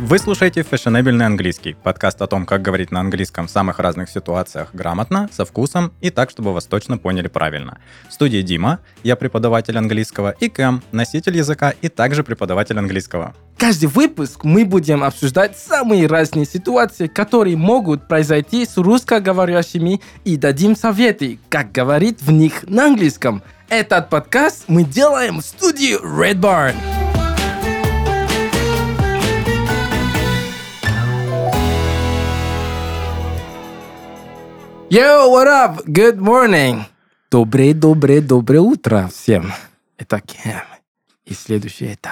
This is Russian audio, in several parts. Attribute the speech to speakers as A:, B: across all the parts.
A: Вы слушаете «Фешенебельный английский» — подкаст о том, как говорить на английском в самых разных ситуациях грамотно, со вкусом и так, чтобы вас точно поняли правильно. В студии Дима, я преподаватель английского, и Кэм, носитель языка и также преподаватель английского.
B: Каждый выпуск мы будем обсуждать самые разные ситуации, которые могут произойти с русскоговорящими и дадим советы, как говорить в них на английском. Этот подкаст мы делаем в студии Red Barn. Yo, what up? Good morning. Доброе, доброе, доброе утро всем. Это Кем. И следующее это...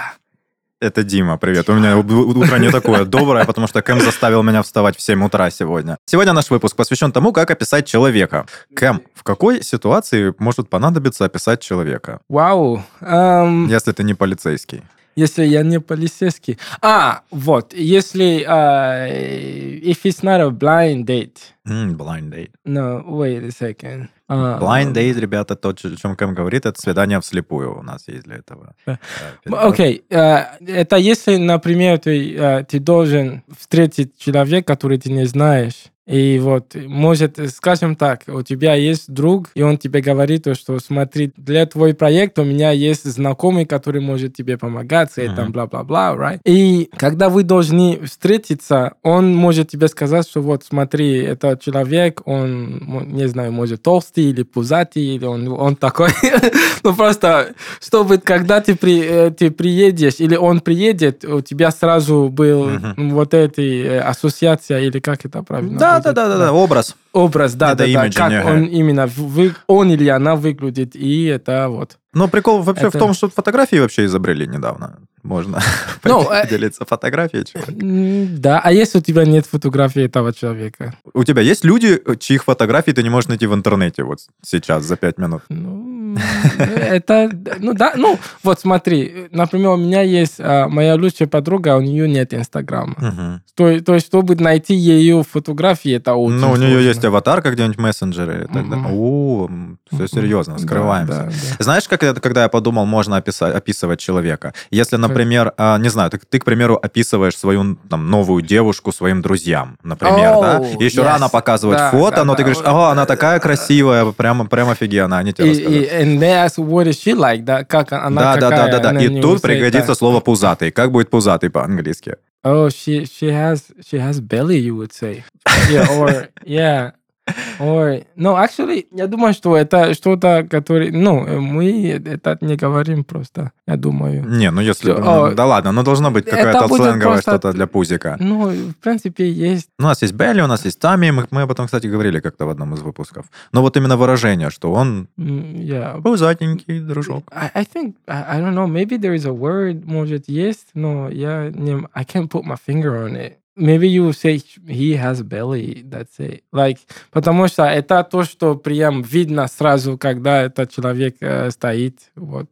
A: Это Дима, привет. У меня у- у- утро не такое доброе, потому что Кэм заставил меня вставать в 7 утра сегодня. Сегодня наш выпуск посвящен тому, как описать человека. Кэм, в какой ситуации может понадобиться описать человека,
B: Вау. эм,
A: если ты не полицейский?
B: Если я не полицейский. А, вот, если... а, if it's not a blind date.
A: М, Blind date.
B: No, wait a second. А,
A: Blind date, ребята, то, чё- о чем Кэм говорит, это свидание вслепую у нас есть для этого.
B: Да.
A: Э,
B: Окей, э, это если, например, ты, э, ты должен встретить человека, который ты не знаешь. И вот, может, скажем так, у тебя есть друг, и он тебе говорит, то, что смотри, для твой проект у меня есть знакомый, который может тебе помогать, и
A: Мгм.
B: там бла-бла-бла, right? И когда вы должны встретиться, он может тебе сказать, что вот, смотри, этот человек, он, м- не знаю, может толстый или пузатый, или он, он такой. Ну, просто, чтобы когда ты, при, э, ты приедешь, или он приедет, у тебя сразу был
A: Мгм.
B: м, вот эта ассоциация, или как Ну, это правильно?
A: Да,
B: будет?
A: да, да, да, да, образ.
B: Образ, да,
A: Это
B: да, да,
A: имидж, не,
B: как
A: ага.
B: он именно, вы- он или она выглядит, и это вот.
A: Но прикол вообще в
B: Это-
A: том, что фотографии вообще изобрели недавно. Можно
B: Ну,
A: пойти
B: э,
A: поделиться фотографией. чувак.
B: М, Да, а если у тебя нет фотографии этого человека?
A: У тебя есть люди, э, чьих фотографий ты не можешь найти в интернете вот сейчас за пять минут?
B: Ну, это, ну да, ну, вот смотри, например, у меня есть а, моя лучшая подруга, а у нее нет Инстаграма.
A: Мгм.
B: То, е- то есть, чтобы найти ее фотографии, это очень
A: Ну, у нее
B: сложно.
A: есть аватарка где-нибудь в мессенджере и так далее.
B: Мгм.
A: О, все
B: Мгм.
A: серьезно,
B: Да,
A: скрываемся.
B: да, да.
A: Знаешь, как это, когда я подумал, можно описа- описывать человека? Если, например, а, не знаю, ты, ты, к примеру, описываешь свою там, новую девушку своим друзьям, например,
B: Оу,
A: да? Еще
B: yes.
A: рано показывать
B: Да,
A: фото,
B: да,
A: но ты
B: да.
A: говоришь, ага, она такая красивая, прям, прям офигенно, они тебе
B: И, и-
A: расскажут.
B: and they ask, what is she like, да, как она
A: Да, да, да,
B: какая,
A: да, да.
B: она
A: И
B: не
A: тут
B: узнает, да.
A: пригодится слово пузатый. Как будет пузатый по-английски?
B: Oh, she she has she has belly, you would say. Yeah, or yeah. Or, no, actually, я думаю, что это что-то, который, ну, э, мы это не говорим просто, я думаю.
A: Не, ну если.
B: О,
A: ну, Да ладно, ну должно быть
B: это
A: какое-то
B: будет
A: сленговое
B: просто-
A: что-то для пузика.
B: Ну, в принципе, есть.
A: У нас есть Белли, у нас есть Тами. Мы, мы об этом, кстати, говорили как-то в одном из выпусков. Но вот именно выражение, что он
B: м, Yeah.
A: пузатенький дружок.
B: I, I think I, I don't know. Maybe there is a word, может, есть, но я не, I can't put my finger on it. Maybe you would say he has belly. That's it. Like, потому что это то, что прям видно сразу, когда этот человек э, стоит. Вот.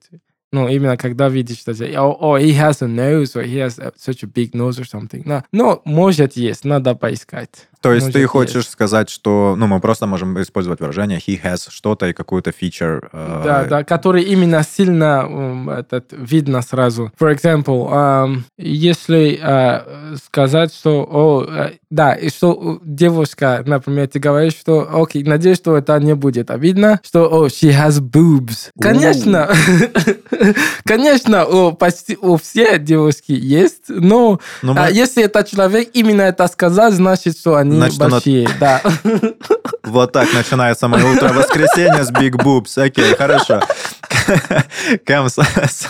B: Ну, именно когда видишь, что за- oh, oh, he has a nose, or he has a- such a big nose or something. На- Но, может, есть, надо поискать.
A: То есть ты
B: Может,
A: хочешь
B: Ну, есть.
A: сказать, что, ну, мы просто можем использовать выражение he has что-то и какую-то фичер. э,
B: Да, да, который именно сильно м, этот, видно сразу. For example, ам, если э, сказать, что, о, э, да, и что э, девушка, например, ты говоришь, что, окей, надеюсь, что это не будет обидно, что, о, she has boobs.
A: Ooh.
B: Конечно, конечно, у почти у всех девушки есть, но
A: Ну,
B: а,
A: мы-
B: если этот человек именно это сказал, значит, что они
A: Значит, он от-
B: большие, да.
A: Вот так начинается мое утро воскресенье с Big Boobs. Окей, хорошо. Кэм, с- с-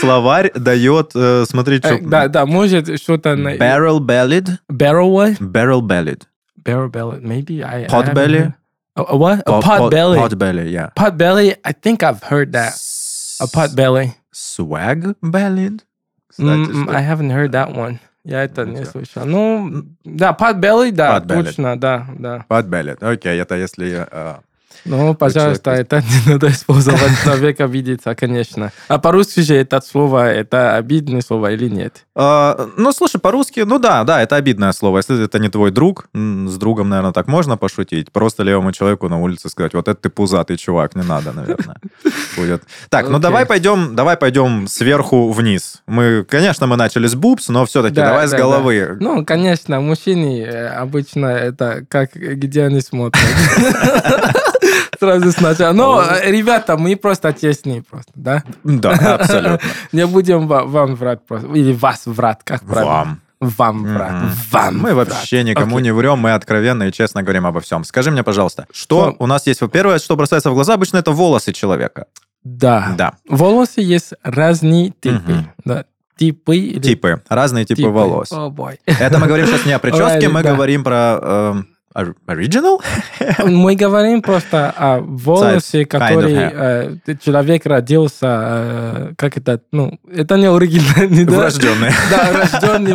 A: словарь дает, э, смотри,
B: Э,
A: что...
B: Да, да, может что-то... на-
A: Barrel bellied.
B: Barrel what?
A: Barrel bellied.
B: barrel belly. Maybe I I
A: Pot
B: haven't
A: belly?
B: heard- A, a what? A pot, belly.
A: Pot
B: Pot,
A: belly, yeah.
B: belly. I think I've heard that. A pot belly.
A: Swag bellied. Кстати,
B: Mm, mm,
A: что-
B: I haven't heard that one. Я это не
A: Ничего.
B: слышал. Ну, да, pot belly, да,
A: Pot belly.
B: точно, да, да.
A: Pot bellied. Окей, это если... э,
B: Ну, пожалуйста,
A: человек
B: это не надо использовать. Человек обидится, конечно. А по-русски же это слово, это обидное слово или нет?
A: А, ну, слушай, по-русски, ну да, да, это обидное слово. Если это не твой друг, м, с другом, наверное, так можно пошутить. Просто левому человеку на улице сказать, вот это ты пузатый чувак, не надо, наверное. Будет. Так, ну
B: Окей.
A: давай пойдем, давай пойдем сверху вниз. Мы, конечно, мы начали с бубс, но все-таки
B: Да,
A: давай с
B: да,
A: головы.
B: Ну, конечно, мужчины э, обычно это как, э, где они смотрят. Сразу сначала. Но,
A: А
B: э, ребята, мы просто честные просто, да?
A: Да, абсолютно.
B: Не будем ва- вам врать просто. Или вас врать, как правильно?
A: Вам.
B: Вам врать.
A: Мгм.
B: Вам
A: Мы
B: врать.
A: вообще никому
B: Окей.
A: не врем, мы откровенно и честно говорим обо всем. Скажи мне, пожалуйста, что
B: Что?
A: у нас есть? Первое, что бросается в глаза, обычно это волосы человека.
B: Да.
A: Да,
B: Волосы есть разные типы.
A: Мгм.
B: Да. Типы или...
A: типы, разные типы
B: типы.
A: волос.
B: О, бой.
A: Это мы говорим сейчас не о прическе,
B: Alright,
A: мы
B: да.
A: говорим про эм, ори- original?
B: Мы говорим просто о волосе,
A: Types, kind of
B: который
A: hair.
B: э, человек родился, э, как это, ну, это не оригинальный, да?
A: Врожденные.
B: Да, рожденный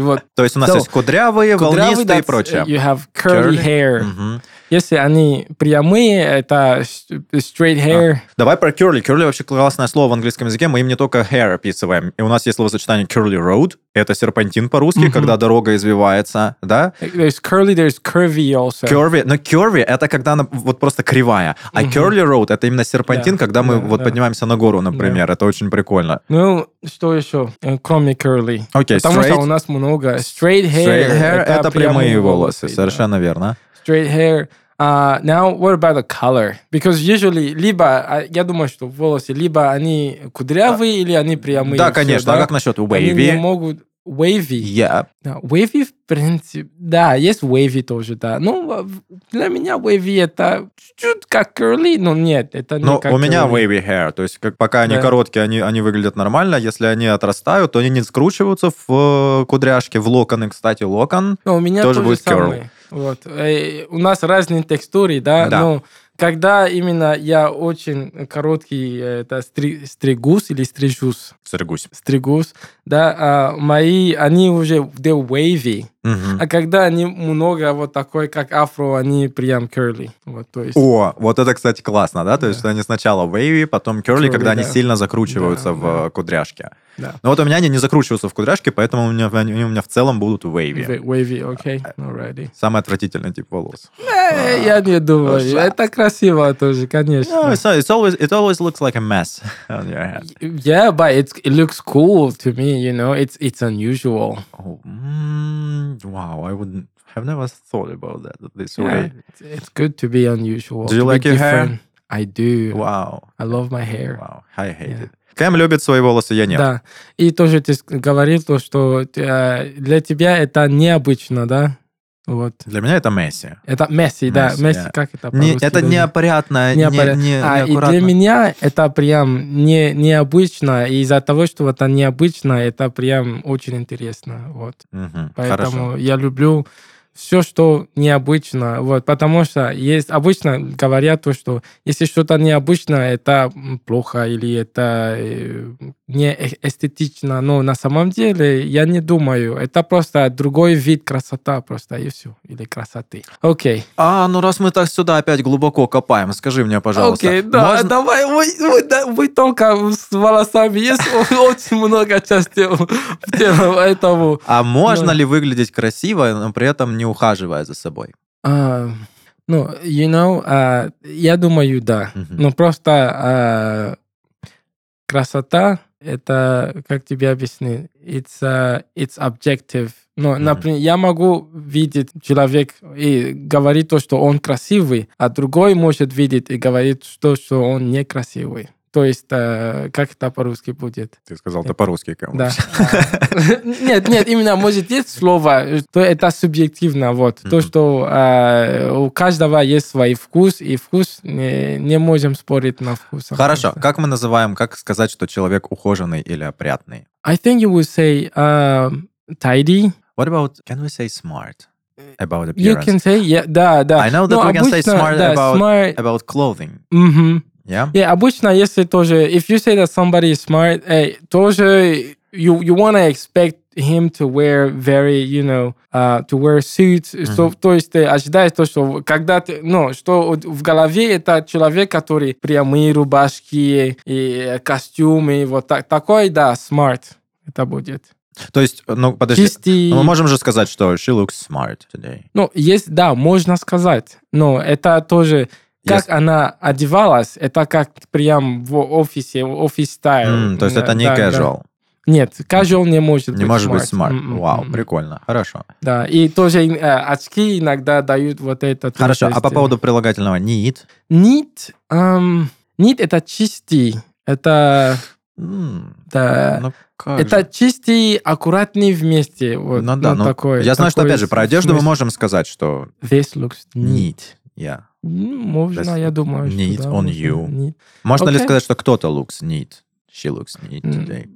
B: вот.
A: То есть у нас
B: So,
A: есть кудрявые, волнистые и
B: Кудрявый, that's-
A: прочее.
B: You have curly
A: Curly?
B: hair.
A: Мгм.
B: Если они прямые, это с- э, straight hair.
A: Давай про curly. Curly вообще классное слово в английском языке. Мы им не только hair описываем. И у нас есть словосочетание curly road. Это серпантин по-русски,
B: Мгм.
A: когда дорога извивается, да?
B: There's curly, there's curvy also.
A: Curvy, но curvy это когда она вот просто кривая, а
B: Мгм.
A: curly road это именно серпантин,
B: Да,
A: когда мы
B: да,
A: вот
B: да.
A: поднимаемся на гору, например, это очень прикольно.
B: Ну, что еще, э, кроме curly?
A: Окей,
B: Потому
A: straight,
B: что у нас много straight hair.
A: straight hair это прямые волосы,
B: да.
A: совершенно верно.
B: straight hair. Uh, now, what about the color? Because usually, либо, а, я думаю, что волосы, либо они кудрявые, или они прямые.
A: да,
B: всё,
A: конечно.
B: да?
A: А как насчет
B: Они не
A: wavy?
B: могут... Wavy.
A: Я.
B: Да, wavy, в принципе, да, есть wavy тоже, да. Ну, в- для меня wavy это чуть-чуть как curly, но нет, это не
A: Но
B: Ну, как
A: у меня
B: curly.
A: wavy hair, то есть как, пока они
B: Да.
A: короткие, они, они выглядят нормально. Если они отрастают, то они не скручиваются в э, кудряшки, в локоны. Кстати, локон.
B: Но у меня
A: Тоже
B: тоже,
A: будет curl.
B: самое. Вот. Э, у нас разные текстуры, да,
A: Да.
B: но когда именно я очень короткий, э, это стри- стригус или стрижус,
A: Стригусь.
B: стригус, да, а мои, они уже, they're wavy,
A: Мгм.
B: а когда они много вот такой, как афро, они прям curly, вот, то есть...
A: О, вот это, кстати, классно, да? То есть
B: Да.
A: они сначала wavy, потом curly,
B: Curly,
A: когда они
B: да.
A: сильно закручиваются
B: Да,
A: в
B: да.
A: э, кудряшке.
B: Да.
A: Но вот у меня они не закручиваются в кудряшке, поэтому у меня, они у меня в целом будут wavy.
B: wa- Wavy, окей, alrighty.
A: Самый отвратительный тип волос.
B: Э, Я не думаю,
A: Ужасно.
B: это красиво тоже,
A: No,
B: конечно.
A: Ну, it's, it's always, it always looks like a mess on your head.
B: Yeah, but it's, it looks cool to me, you know, it's, it's unusual.
A: Oh, mm, wow, I wouldn't have never thought about that this
B: Yeah,
A: way.
B: it's, it's good to be unusual.
A: Do you
B: to be
A: like your hair?
B: different. I do.
A: Wow,
B: I love my hair.
A: wow, I hate
B: Yeah.
A: it. Кэм любит свои волосы, я нет.
B: Да. И тоже ты с- говорил то, что э, для тебя это необычно, да? Вот.
A: Для меня это Месси.
B: Это Месси, да.
A: Месси,
B: Месси,
A: yeah.
B: как
A: Не,
B: это А по-русски
A: это
B: даже?
A: неопрятно, не,
B: Неопоря-
A: не-
B: А, и
A: неаккуратно.
B: для меня это прям не, необычно. И из-за того, что это необычно, это прям очень интересно. Вот.
A: Мгм,
B: Поэтому
A: Хорошо.
B: я люблю все, что необычно. Вот, потому что есть обычно говорят то, что если что-то необычно, это м, плохо или это э, не э- эстетично. Но на самом деле я не думаю. Это просто другой вид красота просто и все. Или красоты. Окей.
A: А, ну раз мы так сюда опять глубоко копаем, скажи мне, пожалуйста,
B: Окей, да,
A: можно-
B: давай, вы, вы- да, вы только с волосами. Есть очень много частей тела этого.
A: а можно
B: Ну.
A: ли выглядеть красиво, но при этом не ухаживая за собой?
B: А, ну, you know, а, я думаю, да.
A: Мгм.
B: Но просто а, красота это, как тебе объяснить, it's, а, it's objective. Ну,
A: Мгм.
B: например, я могу видеть человек и говорить то, что он красивый, а другой может видеть и говорить то, что он некрасивый. То есть, а, как это по-русски будет?
A: Ты сказал это по-русски, Кэм.
B: Да. Нет, нет, именно, может, есть слово, то это субъективно, вот. То,
A: Мгм.
B: что э, у каждого есть свой вкус, и вкус не, не можем спорить на вкус.
A: Хорошо, как мы называем, как сказать, что человек ухоженный или опрятный?
B: I think you would say um, tidy.
A: What about, can we say smart about
B: Э, You
A: appearance?
B: can say, yeah, да, да.
A: I know that
B: Ну,
A: we can say
B: обычно,
A: smart
B: да,
A: about-
B: smart,
A: About clothing,
B: мгм.
A: yeah?
B: Yeah, обычно, если тоже, if you say that somebody is smart, э, тоже you, you want to expect him to wear very, you know, uh, to wear suits. Что, то есть ты ожидаешь то, что когда ты, ну, что вот в голове это человек, который прямые рубашки и э, костюмы, вот так, такой, да, smart это будет.
A: То есть, ну, подожди.
B: Чистый.
A: Ну, мы можем же сказать, что she looks smart today.
B: Ну, есть, да, можно сказать, но это тоже, как
A: Если-
B: она одевалась, это как прям в офисе, офис style.
A: М, то есть
B: Да,
A: это не
B: да, да.
A: casual.
B: Нет, casual не может быть
A: Не может быть
B: smart.
A: smart.
B: М-м-м.
A: Вау, прикольно. Хорошо.
B: Да, и тоже э, очки иногда дают вот это. тоже,
A: Хорошо.
B: то
A: А
B: есть,
A: по
B: э,
A: поводу прилагательного need?
B: Need, эм, need это чистый, это,
A: М,
B: да,
A: Ну, как
B: э, это
A: же.
B: чистый, аккуратный вместе. Вот,
A: Ну да, ну,
B: такой,
A: Я знаю, что,
B: такой
A: опять же, про одежду мы
B: смысл.
A: можем сказать, что
B: This looks
A: need.
B: neat.
A: Yeah.
B: М, Можно,
A: That's
B: я думаю,
A: neat
B: что да,
A: on
B: можно
A: you.
B: neat.
A: Можно ли
B: Окей.
A: сказать, что кто-то looks need? She looks need
B: М.
A: today.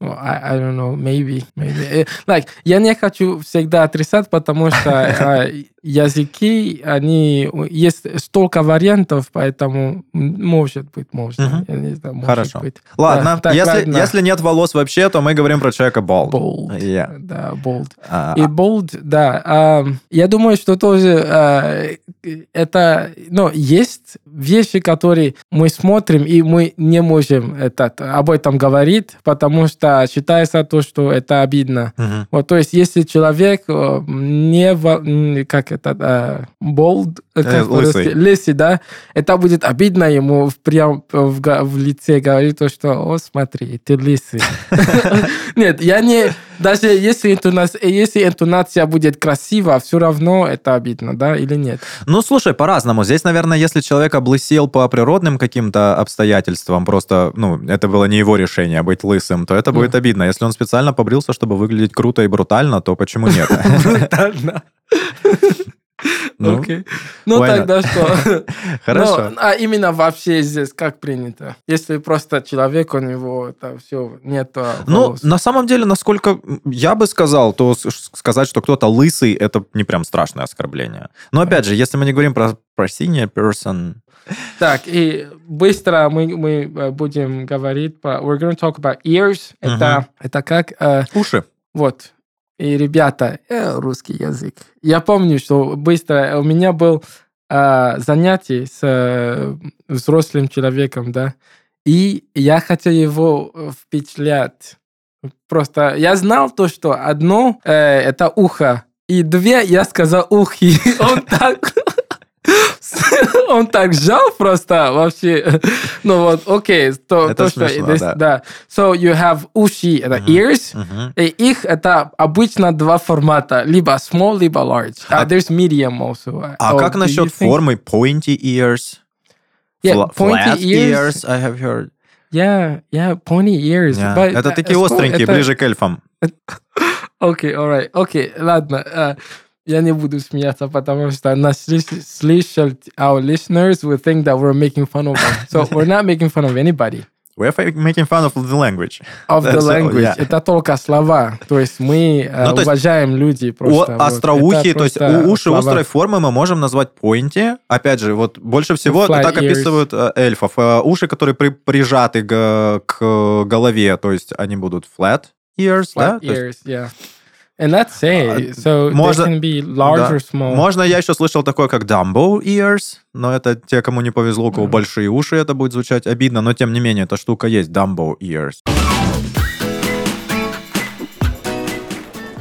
B: Well, Ну, I, I don't know, maybe, maybe. Э, Like, я не хочу всегда отрицать, потому что э, языки, они... Есть столько вариантов, поэтому м, может быть, можно.
A: Мгм.
B: Я не знаю, может
A: Хорошо.
B: быть.
A: Ладно,
B: так,
A: если,
B: ладно.
A: если нет волос вообще, то мы говорим про человека bald.
B: Bold.
A: Yeah.
B: Да, bold.
A: А,
B: И bold, да. ам, я думаю, что тоже а, это, ну, есть вещи, которые мы смотрим и мы не можем этот, об этом говорить, потому что считается то, что это обидно.
A: мгм.
B: Вот, то есть, если человек э, не во- м, как это э, bold, э, как
A: Э,
B: по-русски?
A: лысый.
B: лысый, да, это будет обидно ему в- прям э, в, га- в лице говорить то, что, о, смотри, ты лысый. Нет, я не, даже если интона- если интонация будет красива, все равно это обидно, да, или нет?
A: Ну, слушай, по-разному. Здесь, наверное, если человек облысел по природным каким-то обстоятельствам, просто, ну, это было не его решение быть лысым, то это
B: Да.
A: будет обидно. Если он специально побрился, чтобы выглядеть круто и брутально, то почему нет?
B: Брутально.
A: Ну,
B: Окей. Ну
A: why not?
B: тогда что?
A: Хорошо.
B: Ну, а именно вообще здесь как принято? Если просто человек, у него это все, нет а,
A: Ну,
B: волос.
A: на самом деле, насколько я бы сказал, то с- ш- сказать, что кто-то лысый, это не прям страшное оскорбление. Но опять же, если мы не говорим про, про senior person,
B: Так, и быстро мы, мы э, будем говорить про... We're going to talk about ears.
A: Мгм.
B: Это, это как... э,
A: уши.
B: вот. И, ребята, э, русский язык. Я помню, что быстро... У меня был э, занятие с э, взрослым человеком, да. И я хотел его э, впечатлять. Просто я знал то, что одно э, это ухо, и две я сказал ухи. Он так... Он так жал просто вообще. Ну вот, окей. то-
A: Это
B: то, что
A: смешно,
B: this-
A: да.
B: да. So you have уши, это
A: Мгм.
B: ears.
A: Мгм.
B: И их это обычно два формата, либо small, либо large. Uh, there's medium also.
A: А
B: Oh,
A: как
B: do
A: насчет
B: you think-
A: формы pointy ears?
B: Yeah,
A: Fla-
B: pointy
A: flat
B: ears.
A: I have heard.
B: Yeah, yeah, pointy ears.
A: Yeah.
B: But,
A: Это
B: э,
A: такие
B: small-
A: остренькие,
B: это-
A: ближе к эльфам.
B: Окей, alright, окей, ладно. э, Я не буду смеяться, потому что нас слиш- слышат our listeners will think that we're making fun of them. So we're not making fun of anybody.
A: We are fa- making fun of the language.
B: Of the
A: So,
B: language.
A: yeah.
B: Это только слова. То есть мы э,
A: Ну, то есть
B: уважаем людей просто.
A: О-
B: вот.
A: остроухие,
B: Это
A: то есть
B: просто
A: у- уши
B: слова.
A: острой формы мы можем назвать pointy. Опять же, вот больше всего
B: Fly
A: так
B: ears.
A: описывают э, эльфов. Э, Уши, которые при- прижаты г- к голове, то есть они будут flat ears, да?
B: flat
A: То есть
B: ears, yeah. And that's
A: А,
B: it. So
A: можно-
B: they can be large
A: да.
B: or small.
A: Можно, я еще слышал такое, как Dumbo ears, но это те, кому не повезло, у кого
B: Мгм.
A: большие уши, это будет звучать обидно, но тем не менее, эта штука есть, Dumbo ears.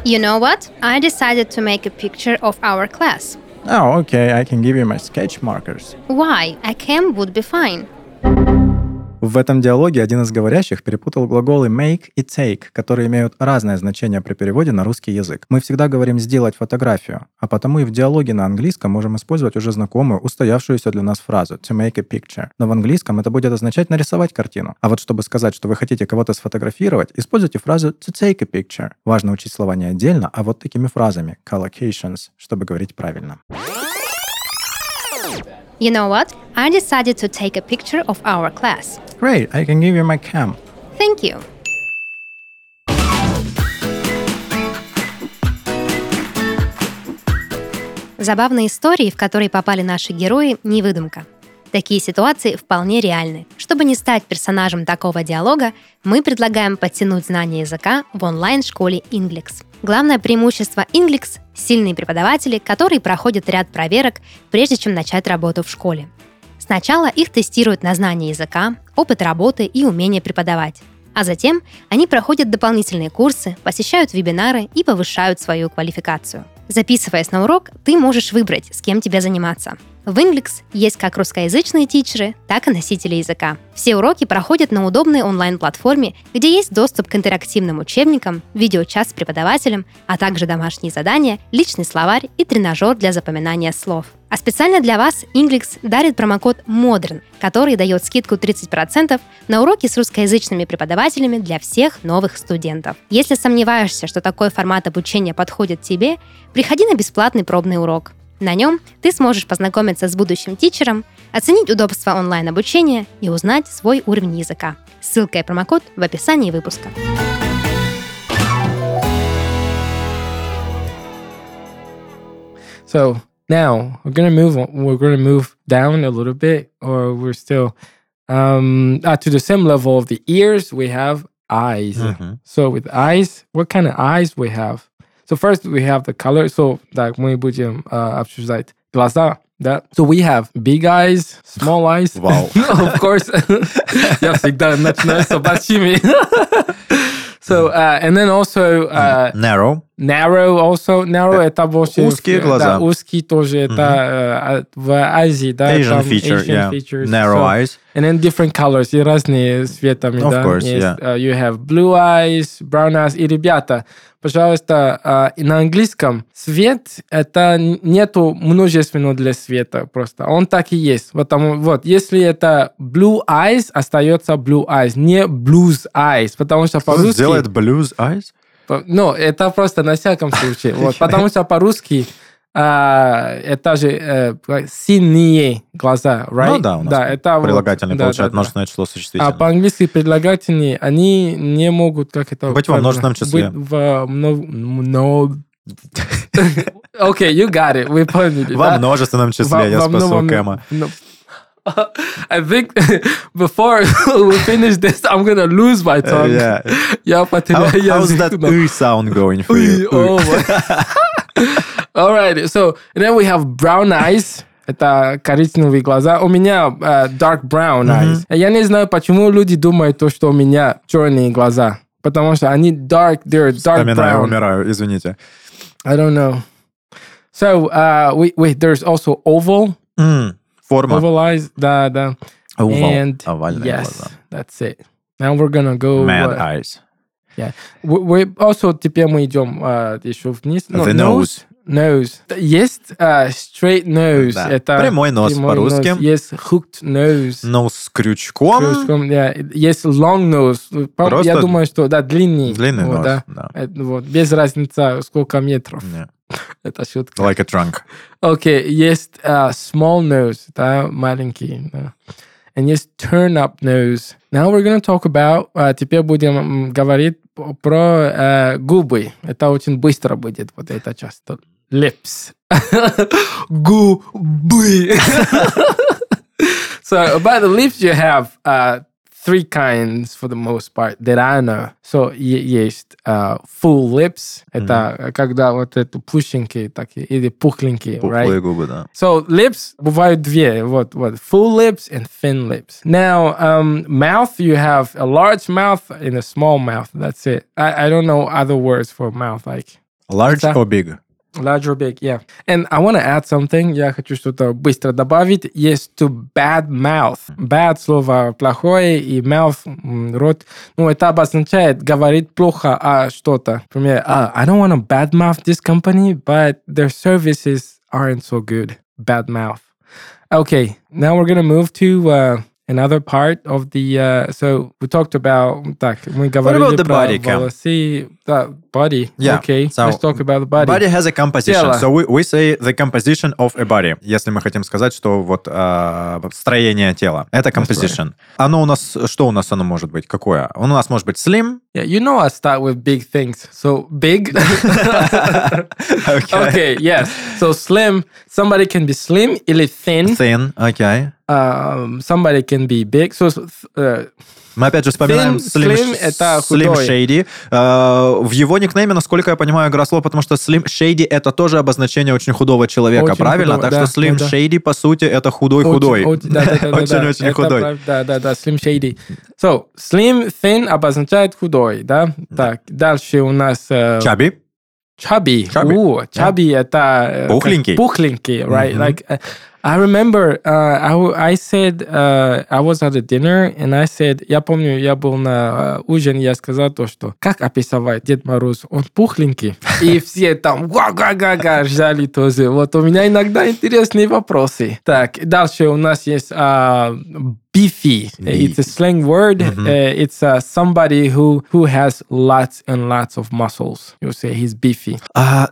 C: You know what? I decided to make a picture of our class.
A: Oh, okay, I can give you my sketch markers.
C: Why? A cam would be fine.
A: В этом диалоге один из говорящих перепутал глаголы make и take, которые имеют разное значение при переводе на русский язык. Мы всегда говорим «сделать фотографию», а потому и в диалоге на английском можем использовать уже знакомую, устоявшуюся для нас фразу «to make a picture». Но в английском это будет означать «нарисовать картину». А вот чтобы сказать, что вы хотите кого-то сфотографировать, используйте фразу «to take a picture». Важно учить слова не отдельно, а вот такими фразами collocations, чтобы говорить правильно.
C: You know what? I decided to take a picture of our class.
A: Great, I can give you my cam.
C: Thank you. Забавные истории, в которые попали наши герои, не выдумка. Такие ситуации вполне реальны. Чтобы не стать персонажем такого диалога, мы предлагаем подтянуть знания языка в онлайн-школе Inglex. Главное преимущество Inglex – сильные преподаватели, которые проходят ряд проверок, прежде чем начать работу в школе. Сначала их тестируют на знание языка, опыт работы и умение преподавать. А затем они проходят дополнительные курсы, посещают вебинары и повышают свою квалификацию. Записываясь на урок, ты можешь выбрать, с кем тебе заниматься. В Inglex есть как русскоязычные тичеры, так и носители языка. Все уроки проходят на удобной онлайн-платформе, где есть доступ к интерактивным учебникам, видеочас с преподавателем, а также домашние задания, личный словарь и тренажер для запоминания слов. А специально для вас Inglex дарит промокод MODERN, который дает скидку 30% на уроки с русскоязычными преподавателями для всех новых студентов. Если сомневаешься, что такой формат обучения подходит тебе, приходи на бесплатный пробный урок. На нем ты сможешь познакомиться с будущим тичером, оценить удобство онлайн-обучения и узнать свой уровень языка. Ссылка и промокод в описании выпуска.
B: So now we're gonna move. On, we're gonna move down a little bit, or we're still um, uh, to the same level of the ears. We have eyes.
D: Мгм.
B: So with eyes, what kind of eyes we have? So first we have the color. So like when you put them, uh, обсуждать глаза. That so we have big eyes, small eyes.
D: Вау.
B: of course, я всегда начинаю с обочины. So uh, and then also uh,
A: Narrow.
B: narrow also narrow
A: Э,
B: это больше
A: узкие
B: да,
A: глаза.
B: узкие тоже это э, в Азии, да.
A: Mhm. Asian
B: там
A: feature,
B: Asian
A: yeah.
B: features.
A: Narrow
B: So-
A: eyes.
B: And then different colors, и разные цветами,
A: Of
B: да.
A: course,
B: Есть,
A: yeah.
B: э, you have blue eyes, brown eyes. И, ребята, пожалуйста, э, и на английском свет, это н- нету множественного для света просто. Он так и есть. Потому, вот, если это blue eyes, остается blue eyes, не blues eyes, потому что по-русски...
A: Сделает blues eyes.
B: По- Ну, это просто на всяком случае. Вот, потому что по-русски а, это же э, как синие глаза, right?
A: Ну да, у нас
B: это вот-
A: Прилагательное
B: да,
A: получает
B: да, да.
A: множественное число
B: А
A: существительное.
B: по-английски прилагательные, они не могут, как это...
A: Быть во
B: правильно?
A: множественном числе.
B: Быть во мно- мно- Okay, you got it. Вы поняли,
A: Во
B: да?
A: множественном
B: Во-
A: числе я
B: во
A: спасу
B: многом-
A: Кэма.
B: ну, I think before we finish this, I'm gonna lose my
A: Э,
B: tongue.
A: yeah.
B: Я потеряю
A: How- How's that
B: язык.
A: «ы» sound going for
B: Uy,
A: you?
B: oh my. All right. So and then we have brown eyes. Это коричневые глаза. У меня э, dark brown eyes. Я не знаю, почему люди думают то, что у меня черные глаза. Потому что они dark, they're dark
A: Вспоминаю,
B: brown.
A: умираю, извините.
B: I don't know. So, uh, wait, wait, there's also oval,
A: М, Форма.
B: oval eyes. Да, да.
A: Овал.
B: And
A: Овальные
B: yes,
A: глаза.
B: that's it. Now we're gonna go.
A: Mad
B: uh,
A: eyes.
B: we, we also теперь мы идем э, еще вниз. No,
A: The nose.
B: Nose. Т- Есть э, straight nose.
A: Да.
B: Это
A: Прямой нос
B: прямой
A: по-русски.
B: нос. Есть hooked nose.
A: Нос с крючком.
B: Крючком, да. Есть long nose. По- Я
A: Просто
B: думаю, что да, длинный.
A: Длинный
B: Вот,
A: нос.
B: да.
A: да.
B: Это вот, без разницы, сколько метров.
A: Не.
B: Это шутка.
A: Like a trunk.
B: Окей, есть э, small nose, да, маленький. да. And есть turn up nose. Now we're gonna talk about, э, теперь будем м, говорить п- про э, губы. Это очень быстро будет, вот это часто. Lips. губы. so, about the lips you have uh, three kinds for the most part that I know. So, е- есть э, full lips. Это когда вот это пухленькие такие или пухленькие, right?
A: Пухлые губы, да.
B: So lips бывают две, вот, вот, full lips and thin lips. Now, um, mouth, you have a large mouth and a small mouth. That's it. I, I don't know other words for mouth, like
A: Large
B: Это-
A: or big?
B: large or big, yeah. And I want to add something. Я хочу что-то быстро добавить. Есть to bad mouth. Bad слово плохое и mouth м, рот. Ну, это обозначает говорит плохо о что-то. Например, «Ah, I don't want to bad mouth this company, but their services aren't so good. Bad mouth. Okay, now we're gonna move to uh, another part of the. Uh, so we talked about так мы говорили
A: about the
B: про
A: body, Cam?
B: волосы, да, body.
A: Yeah,
B: Okay,
A: so
B: let's talk about the body.
A: Body has a composition.
B: Тело.
A: So we, we say the composition of a body. Если мы хотим сказать, что вот э, строение тела. Это composition. Оно у нас... Что у нас оно может быть? Какое? Оно у нас может быть slim,
B: Yeah, you know I start with big things. So big.
A: Okay.
B: okay, yes. So slim, somebody can be slim, или thin.
A: Thin, окей.
B: Um, somebody can be big. So uh,
A: Мы опять же вспоминаем
B: Slim-
A: Slim,
B: Slim это
A: Slim
B: худой.
A: Shady. Э, в его никнейме, насколько я понимаю, игра слов, потому что Slim Shady это тоже обозначение очень худого человека,
B: Очень
A: правильно? так
B: худого, да,
A: что Slim
B: ну да.
A: Shady, по сути, это худой-худой.
B: Очень, да, да, да, да, да.
A: Очень-очень
B: Это
A: худой.
B: прав- Да, да, да, slim shady. So, slim, thin обозначает худой, да? Так, дальше у нас... э,
A: Чаби.
B: chubby.
A: Chubby.
B: Ooh, chubby это... э, как
A: Пухленький.
B: Пухленький, right?
A: Мгм.
B: Like, uh, I remember, uh, I, w- I said, uh, I was at a dinner, and I said, я помню, я был на э, ужине, я сказал то, что, как описывать Дед Мороз? Он пухленький. И все там га-га-га-га ждали тоже. Вот у меня иногда интересные вопросы. Так, дальше у нас есть а, beefy. It's a slang word.
A: Mm-hmm.
B: Uh, it's uh, somebody who, who has lots and lots of muscles. You say he's beefy.
A: А,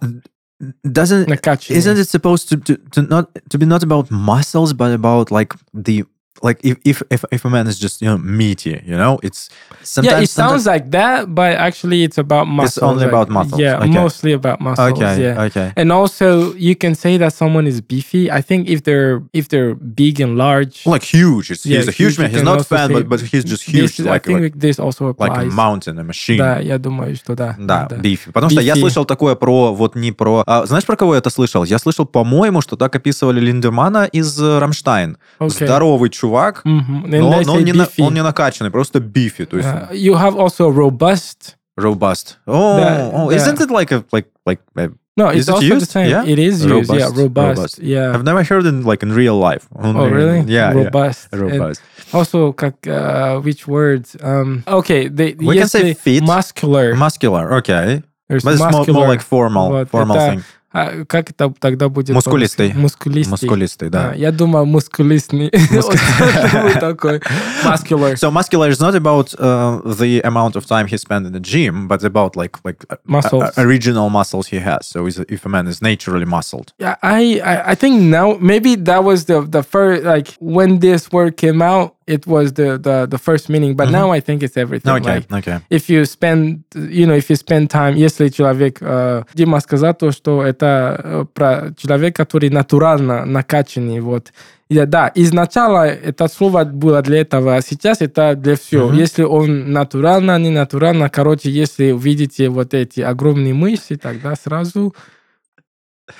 A: doesn't-
B: Накачанный.
A: Isn't it supposed to, to, to not to be not about muscles, but about like the like if if if, if a man is just you know meaty, you know, it's sometimes
B: yeah, it
A: sometimes-
B: sounds like that, but actually it's about muscles.
A: only
B: like-
A: about muscles.
B: Yeah,
A: Okay.
B: mostly about muscles.
A: okay,
B: Yeah.
A: okay.
B: And also, you can say that someone is beefy. I think if they're if they're big and large,
A: Like huge. It's,
B: Yeah,
A: he's a huge,
B: huge,
A: man.
B: you
A: He's
B: can
A: not
B: also
A: fan,
B: say-
A: but, but he's just
B: this,
A: huge,
B: is-
A: like
B: I think
A: like,
B: this also
A: like a
B: applies.
A: mountain, a machine.
B: да, я думаю, что да.
A: Да,
B: да.
A: бифи. Потому что я
B: Бифи.
A: слышал такое про, вот не про... а, знаешь, про кого я это слышал? Я слышал, по-моему, что так описывали Линдермана из э, Рамштайн.
B: Окей.
A: Здоровый чувак,
B: Мгм. And
A: но,
B: Mm-hmm. they
A: но он,
B: say
A: не на-
B: beefy.
A: он не накачанный, просто бифи, то есть
B: Uh, you have also robust.
A: robust. О,
B: Да,
A: о, Oh,
B: да.
A: isn't it like a... Like, like, uh, a-
B: No,
A: Is
B: it's
A: it
B: also the
A: used?
B: same.
A: Yeah?
B: It is used. Yeah,
A: Robust,
B: robust.
A: robust.
B: Yeah.
A: I've never heard in, like, in real life.
B: Oh,
A: Only-
B: really?
A: Yeah, yeah.
B: Robust. And
A: Robust.
B: Also, как, uh, which words? Um, okay, they,
A: We can
B: yes,
A: say
B: they-
A: fit.
B: muscular.
A: Muscular, okay.
B: There's
A: But it's more, more
B: muscular.
A: like formal,
B: Вот,
A: formal
B: это-
A: thing.
B: А как это тогда будет?
A: Мускулистый.
B: по-русски? Мускулистый.
A: Мускулистый, да.
B: А, я думаю, мускулистный. Вот такой. Muscular.
A: So muscular is not about uh, the amount of time he spent in the gym, but about like like uh,
B: Muscles.
A: uh, original muscles he has. So is, if a man is naturally muscled,
B: Yeah, I, I I think now maybe that was the the first like when this word came out it was the the, the first meaning but now I think it's everything
A: Mm-hmm. okay,
B: like
A: okay,
B: if you spend you know if you spend time если человек э, Дима сказал то что это э, про человек который натурально накачанный вот Я- да изначально это слово было для этого а сейчас это для всего если он натурально не натурально короче если видите вот эти огромные мышцы тогда сразу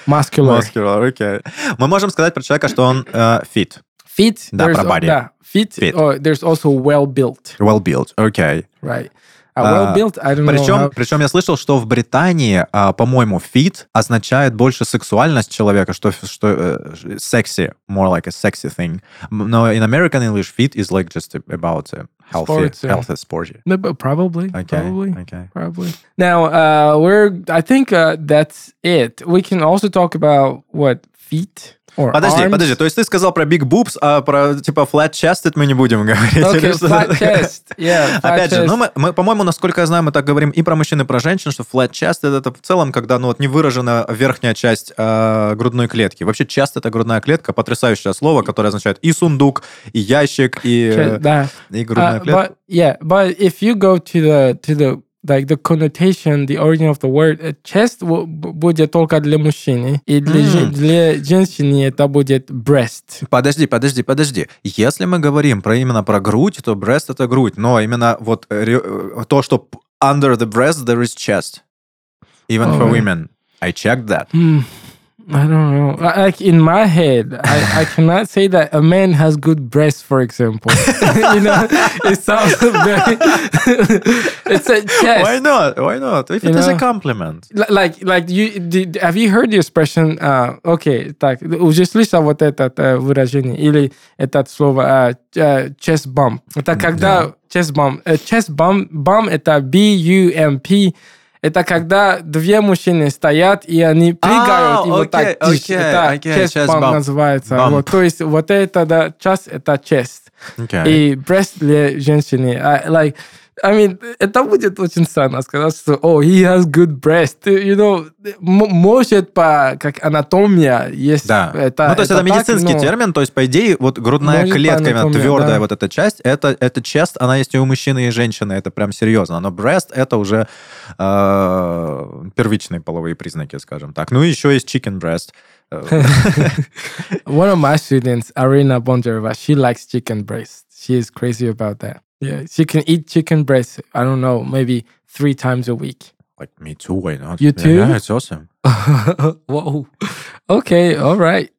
B: muscular
A: muscular, okay. Мы можем сказать про человека, что он э, fit,
B: fit
A: Да,
B: there's-
A: про body.
B: да, fit,
A: Fit.
B: oh, there's also well built
A: well built, okay.
B: right
A: А,
B: а well built I don't know
A: Причем,
B: how-
A: причем я слышал, что в Британии, а, по-моему, fit означает больше сексуальность человека, что что э, sexy, more like a sexy thing. М, Но in American English, fit is like just about uh, healthy,
B: Sports, yeah.
A: healthy, sporty.
B: No, but probably
A: Okay,
B: probably
A: okay.
B: probably. Now, uh, we're. I think uh, that's it. We can also talk about what feet or
A: Подожди,
B: arms.
A: подожди, то есть ты сказал про big boobs, а про типа flat chested мы не будем говорить? или
B: Okay,
A: что?
B: flat chest. Yeah, flat
A: Опять же,
B: chest.
A: ну мы, мы, по-моему, насколько я знаю, мы так говорим и про мужчин, и про женщин, что flat chest это в целом, когда ну вот не выражена верхняя часть э, грудной клетки. Вообще chest это грудная клетка, потрясающее слово, которое означает и сундук, и ящик, и,
B: Chest,
A: э,
B: да.
A: и грудная
B: Uh,
A: клетка.
B: but yeah, but if you go to the to the like the connotation, the origin of the word uh, chest wo- bu- будет только для мужчины и для, же-
A: М.
B: для женщины это будет breast.
A: Подожди, подожди, подожди. Если мы говорим про именно про грудь, то breast это грудь, но именно вот э, ре- э, то, что п- under the breast there is chest, even for
B: Ой.
A: women. I checked that.
B: Hmm. I don't know. Li- Like in my head, I, I cannot say that a man has good breasts, for example. you know, it sounds very. it's a chest.
A: Why not? Why not? If
B: You
A: it is a
B: know?
A: compliment.
B: Li- Like, like you did, have you heard the expression? Uh, okay, так уже слышал вот это э, выражение или это слово э, э, chest bump? Это когда chest bump, э, chest bump, bump это B U M P. Это когда две мужчины стоят и они прыгают и вот так.
A: А, окей,
B: тиш. это
A: окей,
B: chest,
A: chest
B: bump,
A: bump.
B: называется.
A: Bump.
B: Вот, то есть вот это да, chest это chest
A: Okay.
B: и breast для женщины. А, like I mean, это будет очень странно сказать, что «Oh, he has good breast». You know, м- может, по как анатомия есть.
A: Да.
B: Это,
A: ну, то есть это,
B: так,
A: медицинский
B: но-
A: термин, то есть, по идее, вот грудная
B: Может, по
A: клетка, именно
B: анатомии,
A: твердая
B: да.
A: вот эта часть, это, эта часть, она есть и у мужчины, и женщины, это прям серьезно. Но брест — это уже э, первичные половые признаки, скажем так. Ну, и еще есть chicken breast. Э,
B: One of my students, Arena Bondareva, she likes chicken breast. She is crazy about that. Yeah, she can eat chicken breast, I don't know, maybe three times a week.
A: Like me too, why not?
B: You too?
A: Yeah, it's awesome.
B: Whoa. Okay, all right.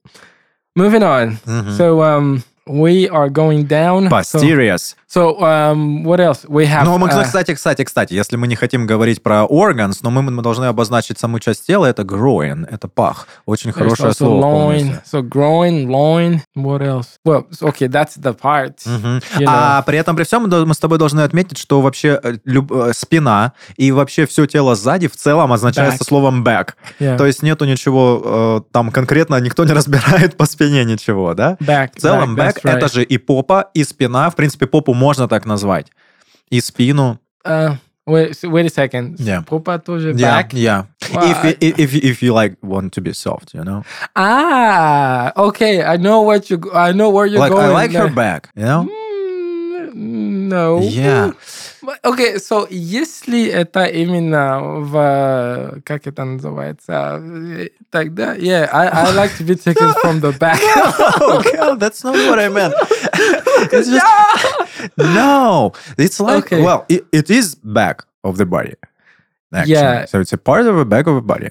B: Moving on.
A: Мгм.
B: So um we are going down. So,
A: Posteriors.
B: so um what else? We have
A: Но мы,
B: uh,
A: кстати, кстати, кстати, если мы не хотим говорить про organs, но мы, мы должны обозначить саму часть тела, это groin, это пах. Очень
B: there's
A: хорошее
B: also
A: слово.
B: loin.
A: помните.
B: So groin, loin. What else? Well, so- okay, that's the part.
A: Мгм.
B: You
A: А при этом, при всем, мы до- мы с тобой должны отметить, что вообще э, люб- э, спина и вообще все тело сзади в целом означается
B: Back.
A: словом back.
B: Yeah.
A: То есть нету ничего э, там конкретно, никто не разбирает по спине ничего, да?
B: back.
A: В целом
B: back,
A: back
B: that's right.
A: это же и попа, и спина. В принципе, попу можно так назвать. И спину.
B: Uh, wait, so wait a second.
A: Yeah.
B: Попа тоже
A: Yeah,
B: back.
A: yeah. If, you- if, if, you- if you like want to be soft, you know?
B: Ah, okay. I know what you. go- I know where you're
A: like, I
B: going.
A: like her
B: there.
A: back, you know?
B: Mm, No.
A: Yeah.
B: Окей, so если это именно в... Как это называется? э, Тогда, yeah, I, I like to be taken from the back.
A: Oh, God, that's not what I meant. It's just- no, it's like,
B: Okay.
A: well, it, it is back of the body. Actually.
B: Yeah.
A: So it's a part of the back of the body.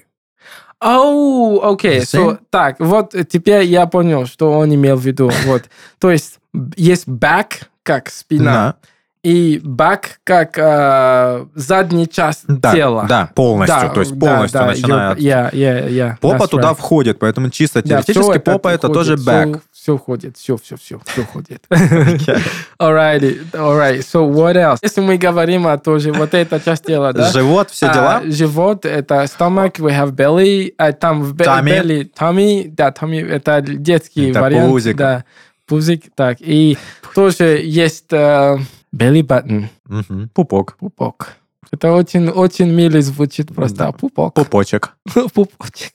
B: Оу, окей,
A: You see?
B: Oh, so, так, вот э, теперь я понял, что он имел в виду. Вот, то есть б- есть back, как спина, и back, как э, задняя часть
A: Да, да,
B: тела.
A: да, полностью.
B: Да,
A: то есть
B: да,
A: полностью
B: да,
A: начиная
B: you're-
A: от...
B: yeah, yeah, yeah,
A: Попа
B: that's
A: туда
B: right.
A: входит, поэтому чисто
B: Да,
A: теоретически
B: всё
A: попа это тоже
B: входит,
A: back.
B: Все, все входит, все, все, все, все входит. Alrighty, alright. So what else? Если мы говорим о тоже вот эта часть тела, да?
A: Живот, все
B: А,
A: дела.
B: живот, это stomach, we have belly, а там в бе-
A: Tummy.
B: belly, tummy, да, tummy, это детский
A: Это
B: вариант.
A: пузик.
B: Да, пузик, так. И тоже есть э, belly button,
A: Мгм. Пупок.
B: пупок. Это очень, очень мило звучит
A: Да.
B: просто. Пупок.
A: Пупочек.
B: Пупочек.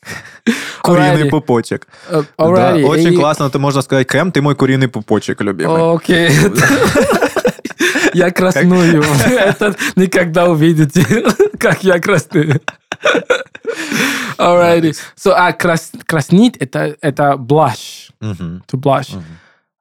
A: Куриный
B: Alrighty.
A: пупочек.
B: Э,
A: Да,
B: alrighty.
A: очень
B: И-
A: классно, ты можно сказать, Кэм, ты мой куриный пупочек любимый.
B: Окей. Я красную. Это никогда увидите, как я красную. Alrighty. So, а крас- краснить это это blush,
A: Мгм.
B: to blush.
A: Мгм.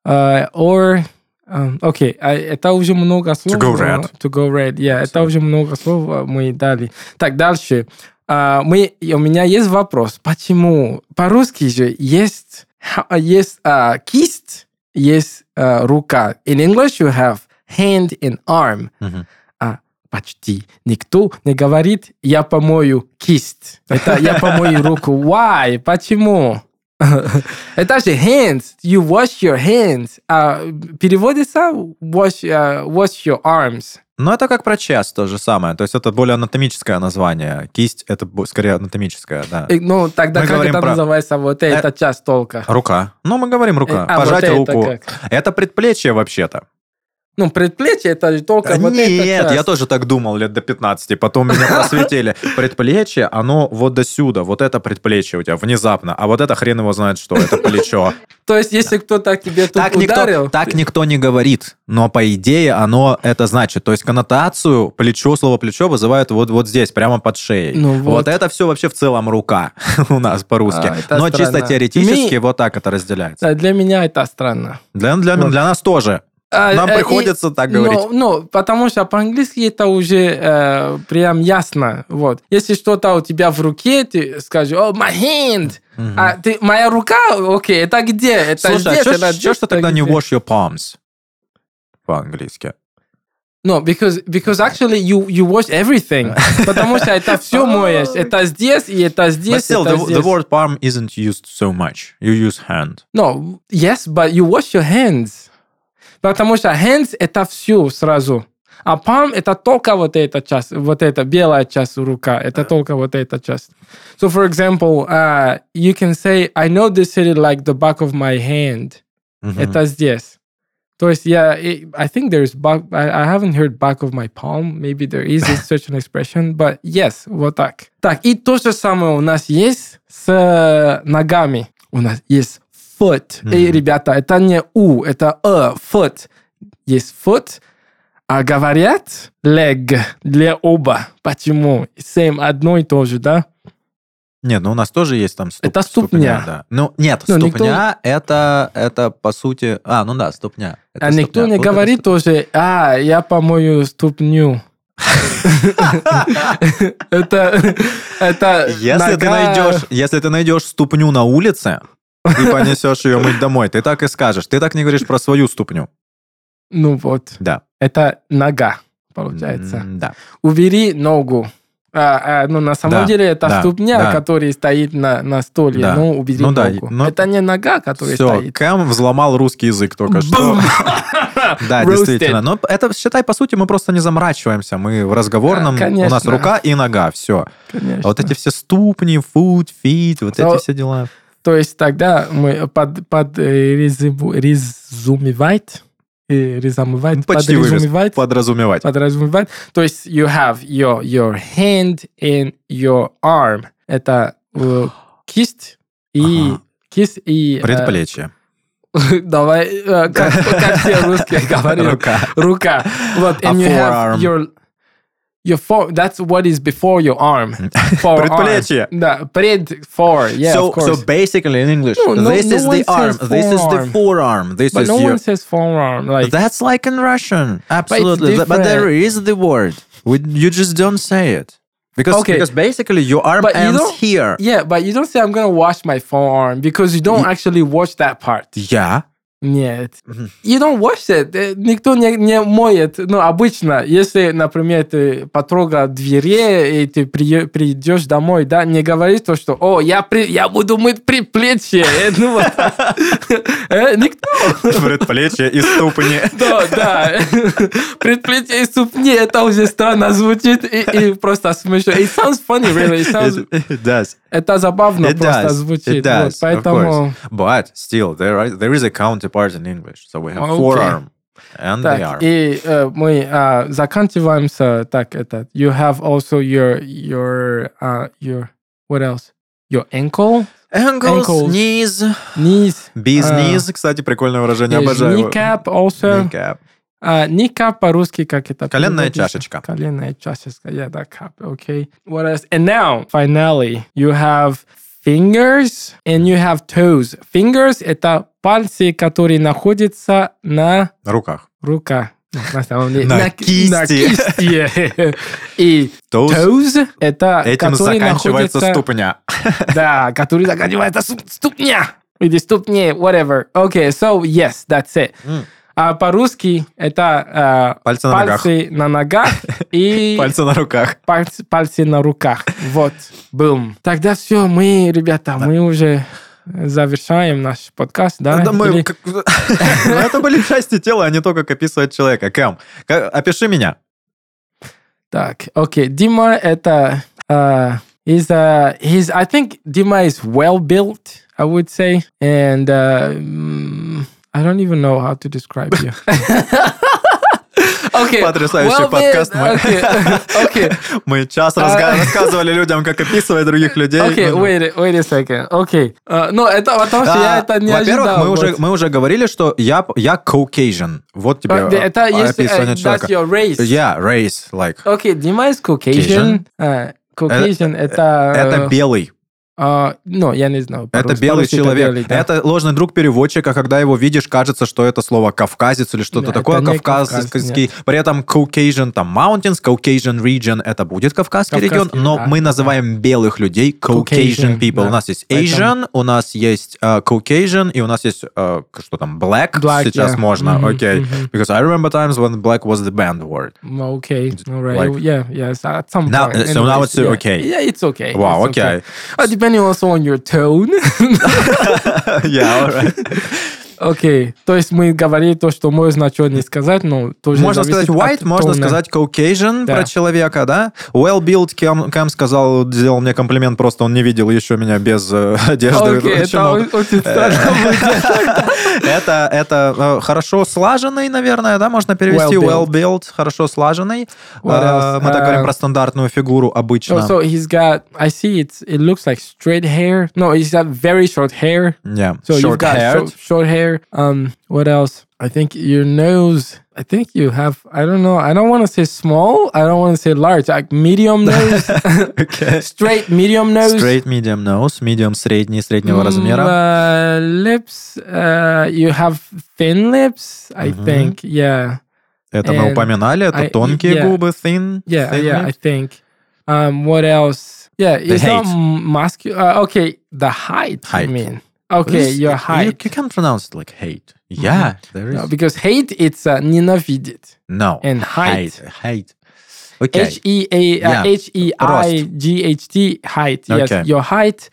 B: Uh, or um, Окей, а это уже много слов.
A: go red.
B: To go red, yeah, это
A: So.
B: уже много слов а, мы дали. Так, дальше. А, мы, и у меня есть вопрос. Почему по-русски же есть, ха- есть а, кисть, есть а, рука. In English you have hand and arm.
A: Мгм.
B: А почти никто не говорит «я помою кисть». Это «я помою руку». Why? Почему? Это же hands. You wash your hands. А, переводится wash, а, wash your arms.
A: Ну, это как про час то же самое. То есть это более анатомическое название. Кисть — это бо- скорее анатомическое, да.
B: И, ну, тогда
A: Мы
B: как
A: говорим
B: это
A: про-
B: называется? Вот эта часть только.
A: Рука. Ну, мы говорим рука.
B: А, вот
A: Пожать
B: это
A: руку.
B: как?
A: Это предплечье вообще-то.
B: Ну, предплечье Ну, это же только вот эта
A: Нет, я
B: часть.
A: тоже так думал лет до 15, потом меня просветили. Предплечье, оно вот до сюда, вот это предплечье у тебя внезапно, а вот это хрен его знает что, это плечо.
B: То есть, если кто-то тебе тут
A: Так никто,
B: ударил...
A: так никто не говорит, но по идее оно это значит. То есть коннотацию плечо, слово плечо вызывает вот, вот здесь, прямо под шеей.
B: Ну
A: вот.
B: вот.
A: это все вообще в целом рука у нас по-русски.
B: А, это
A: но
B: странно.
A: чисто теоретически
B: Ми-
A: вот так это разделяется.
B: Да, э, Для меня это странно.
A: Для, для-
B: Вот.
A: для нас тоже.
B: А,
A: Нам
B: э, и-
A: приходится так говорить.
B: Ну, ну, потому что по-английски это уже э, прям ясно. Вот. Если что-то у тебя в руке, ты скажешь, «Oh, my hand!»
A: Мгм.
B: А ты, моя рука, окей, это где? Это
A: Слушай,
B: здесь, это
A: а
B: здесь,
A: что ж ты
B: это
A: тогда не
B: где?»
A: wash your palms? По-английски.
B: No, Ну, because, because actually you, you wash everything. Потому что это все моешь. Это здесь, и это
A: But
B: здесь,
A: still,
B: это
A: the, the
B: здесь.
A: word palm isn't used so much. You use hand.
B: No, yes, but you wash your hands. Потому что hands это все сразу. А palm это только вот эта часть, вот эта белая часть рука,
A: Э.
B: это только вот эта часть. So, for example, uh, you can say, I know this city like the back of my hand.
A: Мгм.
B: Это здесь. То есть я, и- I think there's back, I, I haven't heard back of my palm, maybe there is it's such an expression, but yes, вот так. Так, и то же самое у нас есть с э, ногами. У нас есть foot. e Эй,
A: Мгм.
B: ребята, это не у, это э, foot. Есть foot, а говорят leg для оба. Почему? Same, одно и то же, да?
A: Нет, ну у нас тоже есть там ступ-
B: Это ступня.
A: да. Ну, нет,
B: Ну, никто-
A: ступня это, это по сути... А, ну да, ступня. Это
B: а никто
A: ступня.
B: не
A: Вот это
B: говорит тоже, а, я помою ступню. Это, это
A: Если ты
B: э, нога-
A: найдешь, если ты найдешь ступню на улице и понесешь ее мыть домой, ты так и скажешь. Ты так не говоришь про свою ступню.
B: Ну вот,
A: Да.
B: это нога, получается.
A: М, Да.
B: Убери ногу. А, а, ну, на самом
A: Да,
B: деле, это
A: да,
B: ступня,
A: да.
B: которая стоит на, на столе.
A: Да.
B: Ну, убери
A: Ну да,
B: ногу.
A: но-
B: Это не нога, которая
A: Все,
B: стоит.
A: Кэм взломал русский язык только что.
B: Бум!
A: Да,
B: Roasted.
A: действительно. Но это, считай, по сути, мы просто не заморачиваемся. Мы в разговорном,
B: А,
A: у
B: конечно.
A: нас рука и нога, все.
B: Конечно.
A: Вот эти все ступни, фут, фит, вот
B: Но-
A: эти все дела.
B: То есть тогда мы под, под э, резюму- резюмевать, э, резюмевать,
A: Почти вывез.
B: подрезумевать,
A: Подразумевать.
B: э, подразумевать. То есть you have your, your hand and your arm. Это э, кисть и
A: Ага.
B: кисть и... э,
A: Предплечье.
B: давай, э, как, как все русские говорят.
A: Рука.
B: Рука. Вот,
A: А
B: and you have
A: forearm?
B: your... Your fore, that's what is before your arm.
A: Mm.
B: Forearm.
A: Предплечье.
B: Да, пред, for, yeah,
A: so,
B: of course. Ну,
A: so basically in English,
B: No, no-
A: this
B: no
A: is
B: one
A: the
B: says
A: arm, this is the
B: forearm.
A: forearm, this
B: But
A: is
B: no
A: your.
B: one says forearm. Like
A: That's like in Russian, absolutely. Th- But, there is the word. We, you just don't say it because
B: Okay.
A: because basically your arm
B: But you
A: ends
B: don't-
A: here.
B: yeah, but you don't say I'm gonna wash my forearm because you don't actually wash that part.
A: Yeah.
B: Нет.
A: Мгм.
B: You don't wash it. Э, Никто не, не моет. Ну, обычно, если, например, ты потрогал двери, и ты прие- придешь домой, да, не говори то, что «О, я, при- я буду мыть предплечье». Э, Ну, вот. Э, Никто.
A: Предплечье и ступни.
B: Да, да. Предплечье и ступни, это уже странно звучит и, и просто смешно. It sounds funny, really. It sounds
A: It does.
B: Это забавно
A: It
B: просто
A: does.
B: звучит.
A: It does,
B: вот,
A: of
B: поэтому
A: course. But still, there are, there is a counterpart in English. So we have
B: Okay.
A: forearm and
B: так,
A: the arm.
B: и э, мы а, заканчиваемся так этот. e, You have also your your а, your what else? Your ankle,
A: Ankles,
B: ankles.
A: knees.
B: knees,
A: Без
B: А. Э,
A: knees, кстати, прикольное выражение,
B: is
A: обожаю. его.
B: kneecap also.
A: Kneecap.
B: А, kneecap по-русски как это?
A: Коленная
B: переводится?
A: чашечка.
B: Коленная чашечка. Yeah, that cup. Okay. What else? And now, finally, you have fingers and you have toes. Fingers e это пальцы, которые находятся на
A: Руках.
B: рука. Ну, На самом деле.
A: На
B: ки- на кисти. И
A: Toes.
B: toes – это
A: Этим
B: который
A: заканчивается
B: находится...
A: ступня.
B: Да, который заканчивается су- ступня. Или ступне, whatever. Okay, so yes, that's it.
A: М.
B: А по-русски это э,
A: Пальцы на ногах.
B: пальцы на ногах и
A: Пальцы на руках.
B: пальц- пальцы на руках. Вот, бум. Тогда все, мы, ребята, мы уже завершаем наш подкаст, да?
A: Да мы
B: Или-
A: как- Ну, это были части тела, а не то, как описывать человека. Кэм, ка- опиши меня.
B: Так, окей. Дима это... Uh, he's, uh, he's, I think Dima is well built, I would say. And uh, mm, I don't even know how to describe you. Okay.
A: Потрясающий
B: well-built,
A: подкаст. Мы-
B: Okay. okay.
A: Мы
B: А.
A: час разга- рассказывали людям, как описывать других людей.
B: Okay,
A: Ну,
B: wait, wait a second. Okay. Uh, ну, это потому что я
A: а,
B: это не
A: Ah, Во-первых,
B: ожидал.
A: мы уже,
B: вот.
A: мы уже говорили, что я, я Caucasian. Вот тебе
B: Uh, это
A: э,
B: есть,
A: описание
B: uh, that's
A: человека.
B: your race.
A: Yeah, race, like.
B: Okay, Дима is Caucasian. Uh, Caucasian uh, это...
A: Это белый.
B: А, ну, я не знаю.
A: Это
B: по-русски.
A: белый
B: По-русски это
A: человек.
B: белый, да.
A: Это ложный друг переводчика, а когда его видишь, кажется, что это слово кавказец или что-то
B: Нет,
A: такое.
B: это не
A: Кавказский.
B: кавказец,
A: При этом Caucasian, там, Mountains, Caucasian region, это будет кавказский,
B: Кавказский,
A: регион, но
B: да,
A: мы
B: да.
A: называем белых людей Caucasian
B: Caucasian,
A: people.
B: да.
A: У нас есть
B: Поэтому-
A: Asian, у нас есть э, Caucasian, и у нас есть, э, что там, Black,
B: Black,
A: сейчас
B: yeah.
A: можно,
B: Мгм,
A: окей.
B: мгм.
A: Because I remember times when black was the banned word.
B: Ну, Окей, all right.
A: Like-
B: yeah, yeah. So at some
A: Now-
B: point,
A: so now it's
B: yeah.
A: okay.
B: Yeah, it's okay.
A: Wow,
B: it's
A: okay.
B: Uh, depending also on your tone.
A: Yeah, all right.
B: Окей. То есть мы говорили то, что можно, что не сказать, но тоже
A: Можно
B: зависит
A: сказать white,
B: от
A: можно
B: тона.
A: сказать caucasian
B: Да.
A: про человека, да? Well-built Cam, Cam сказал, сделал мне комплимент, просто он не видел еще меня без э, одежды.
B: Окей, это
A: Почему?
B: о- очень странно.
A: Это, это э, хорошо слаженный, наверное, да, можно перевести
B: Well-built.
A: well-built, хорошо слаженный.
B: What
A: Э,
B: else?
A: Мы так говорим
B: Э,
A: про стандартную фигуру
B: Oh,
A: обычно.
B: so he's got. I see it's. It looks like straight hair. No, he's got very short hair.
A: Yeah.
B: So you've got
A: Short-haired.
B: short, short hair. Um, what else? I think your nose. I think you have. I don't know. I don't want to say small. I don't want to say large. Like medium nose,
A: Okay.
B: straight medium nose.
A: Straight, medium nose, medium средний, среднего
B: Mm,
A: размера.
B: uh, lips. Uh, you have thin lips. I
A: Mhm.
B: think. Yeah.
A: Это мы
B: and
A: упоминали, это
B: I-
A: тонкие
B: yeah.
A: губы, thin.
B: Yeah,
A: thin lips.
B: yeah, I think. Um, what else? Yeah, it's not
A: height.
B: muscular. Uh, okay, the height. I
A: Height.
B: mean, okay,
A: This-
B: your
A: you-
B: height. Mm-hmm.
A: You can pronounce it like hate. Yeah, there
B: No,
A: is
B: because height it's uh, ненавидит
A: no
B: and height.
A: Hate. Okay.
B: H e a
A: Yeah.
B: uh, h e i g h t height. Yes,
A: Okay.
B: your height.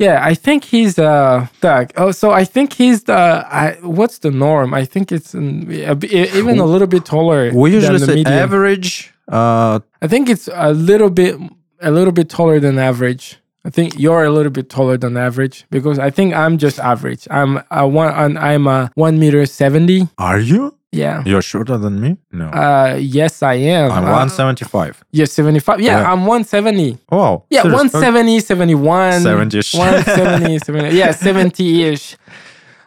B: Yeah, I think he's uh так. Oh, so I think he's the I, what's the norm? I think it's um, a b- e- even a little bit taller.
A: We usually
B: than the
A: say
B: median.
A: average. Uh,
B: I think it's a little bit a little bit taller than average. I think you're a little bit taller than average because I think I'm just average. I'm a one and I'm a one meter seventy.
A: are you?
B: Yeah.
A: You're shorter than me. No,
B: Uh yes I am.
A: I'm
B: Uh,
A: 175.
B: You're 75. Yeah,
A: Yeah.
B: I'm 170.
A: Wow.
B: Yeah,
A: serious?
B: 170, 71.
A: 70-ish.
B: 170, 70. Yeah, 70 ish.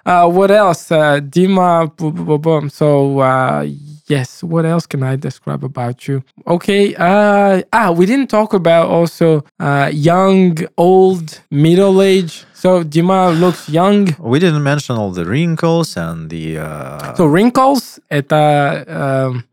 B: Uh, what else? Uh, Dima, bu- bu- bu- bum. So, uh, yes, what else can I describe about you? Okay. Uh, ah, we didn't talk about also uh, young, old, middle age. So, Dima looks young.
A: We didn't mention all the wrinkles and the. Uh,
B: So, wrinkles, это... Um,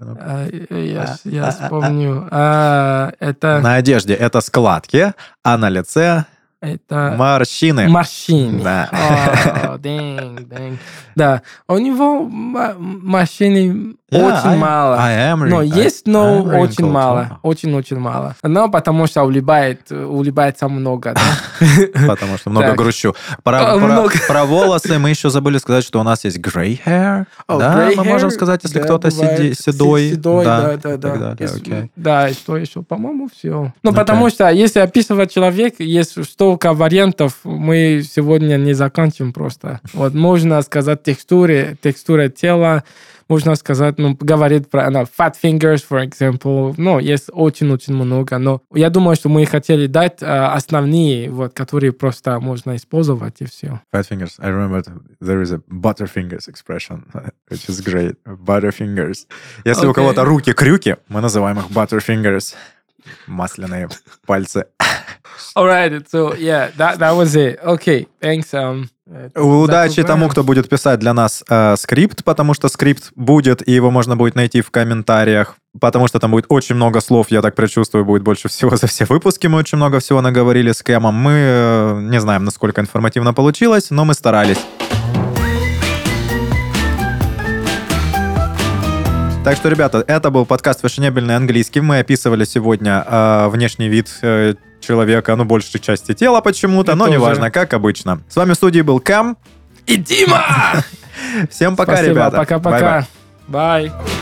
B: uh, yes, yes, помню. Uh, это...
A: на одежде это складки, а на лице
B: Это...
A: морщины.
B: Морщины.
A: Да.
B: О, Ah, dang, dang. Да. У него м- морщины
A: Yeah,
B: очень
A: I-
B: мало.
A: Ah, I am
B: Но
A: wrinkled.
B: есть, но
A: I'm wrinkled.
B: очень мало. Очень-очень мало. Но потому что улыбает, э, улыбается много. да.
A: потому что много
B: Так.
A: грущу. Про,
B: А,
A: про-
B: много.
A: про волосы мы еще забыли сказать, что у нас есть grey hair.
B: О,
A: да,
B: grey
A: мы можем
B: Oh, hair,
A: сказать, если
B: да,
A: кто-то
B: бывает.
A: седи- седой.
B: Се- Седой, да, да,
A: и
B: да.
A: так далее,
B: Если-
A: окей.
B: Да, и что еще? По-моему, все. Ну,
A: Ну,
B: потому что, если описывать человека, есть столько вариантов, мы сегодня не закончим просто. Вот можно сказать текстуры, текстура тела, можно сказать, ну, говорит про ну, fat fingers, for example. Ну, есть очень-очень много, но я думаю, что мы хотели дать э, основные, вот, которые просто можно использовать, и все.
A: Fat fingers. I remember there is a butterfingers expression, which is great. Butterfingers. Если у
B: Окей.
A: кого-то руки крюки, мы называем их butterfingers. Масляные пальцы.
B: All right, so yeah, that that was it. Okay, thanks. Um, uh,
A: Удачи
B: Зато
A: тому,
B: Брайан.
A: кто будет писать для нас э, скрипт, потому что скрипт будет, и его можно будет найти в комментариях, потому что там будет очень много слов, я так предчувствую, будет больше всего за все выпуски. Мы очень много всего наговорили с Кэмом. Мы э, не знаем, насколько информативно получилось, но мы старались. Так что, ребята, это был подкаст «Фешенебельный английский». Мы описывали сегодня э, внешний вид э, человека, ну, большей части тела почему-то,
B: Я
A: но
B: тоже.
A: неважно, как обычно. С вами в студии был Кэм.
B: и Дима.
A: Всем пока,
B: Спасибо,
A: ребята.
B: Пока-пока.
A: Бай-бай.
B: Bye.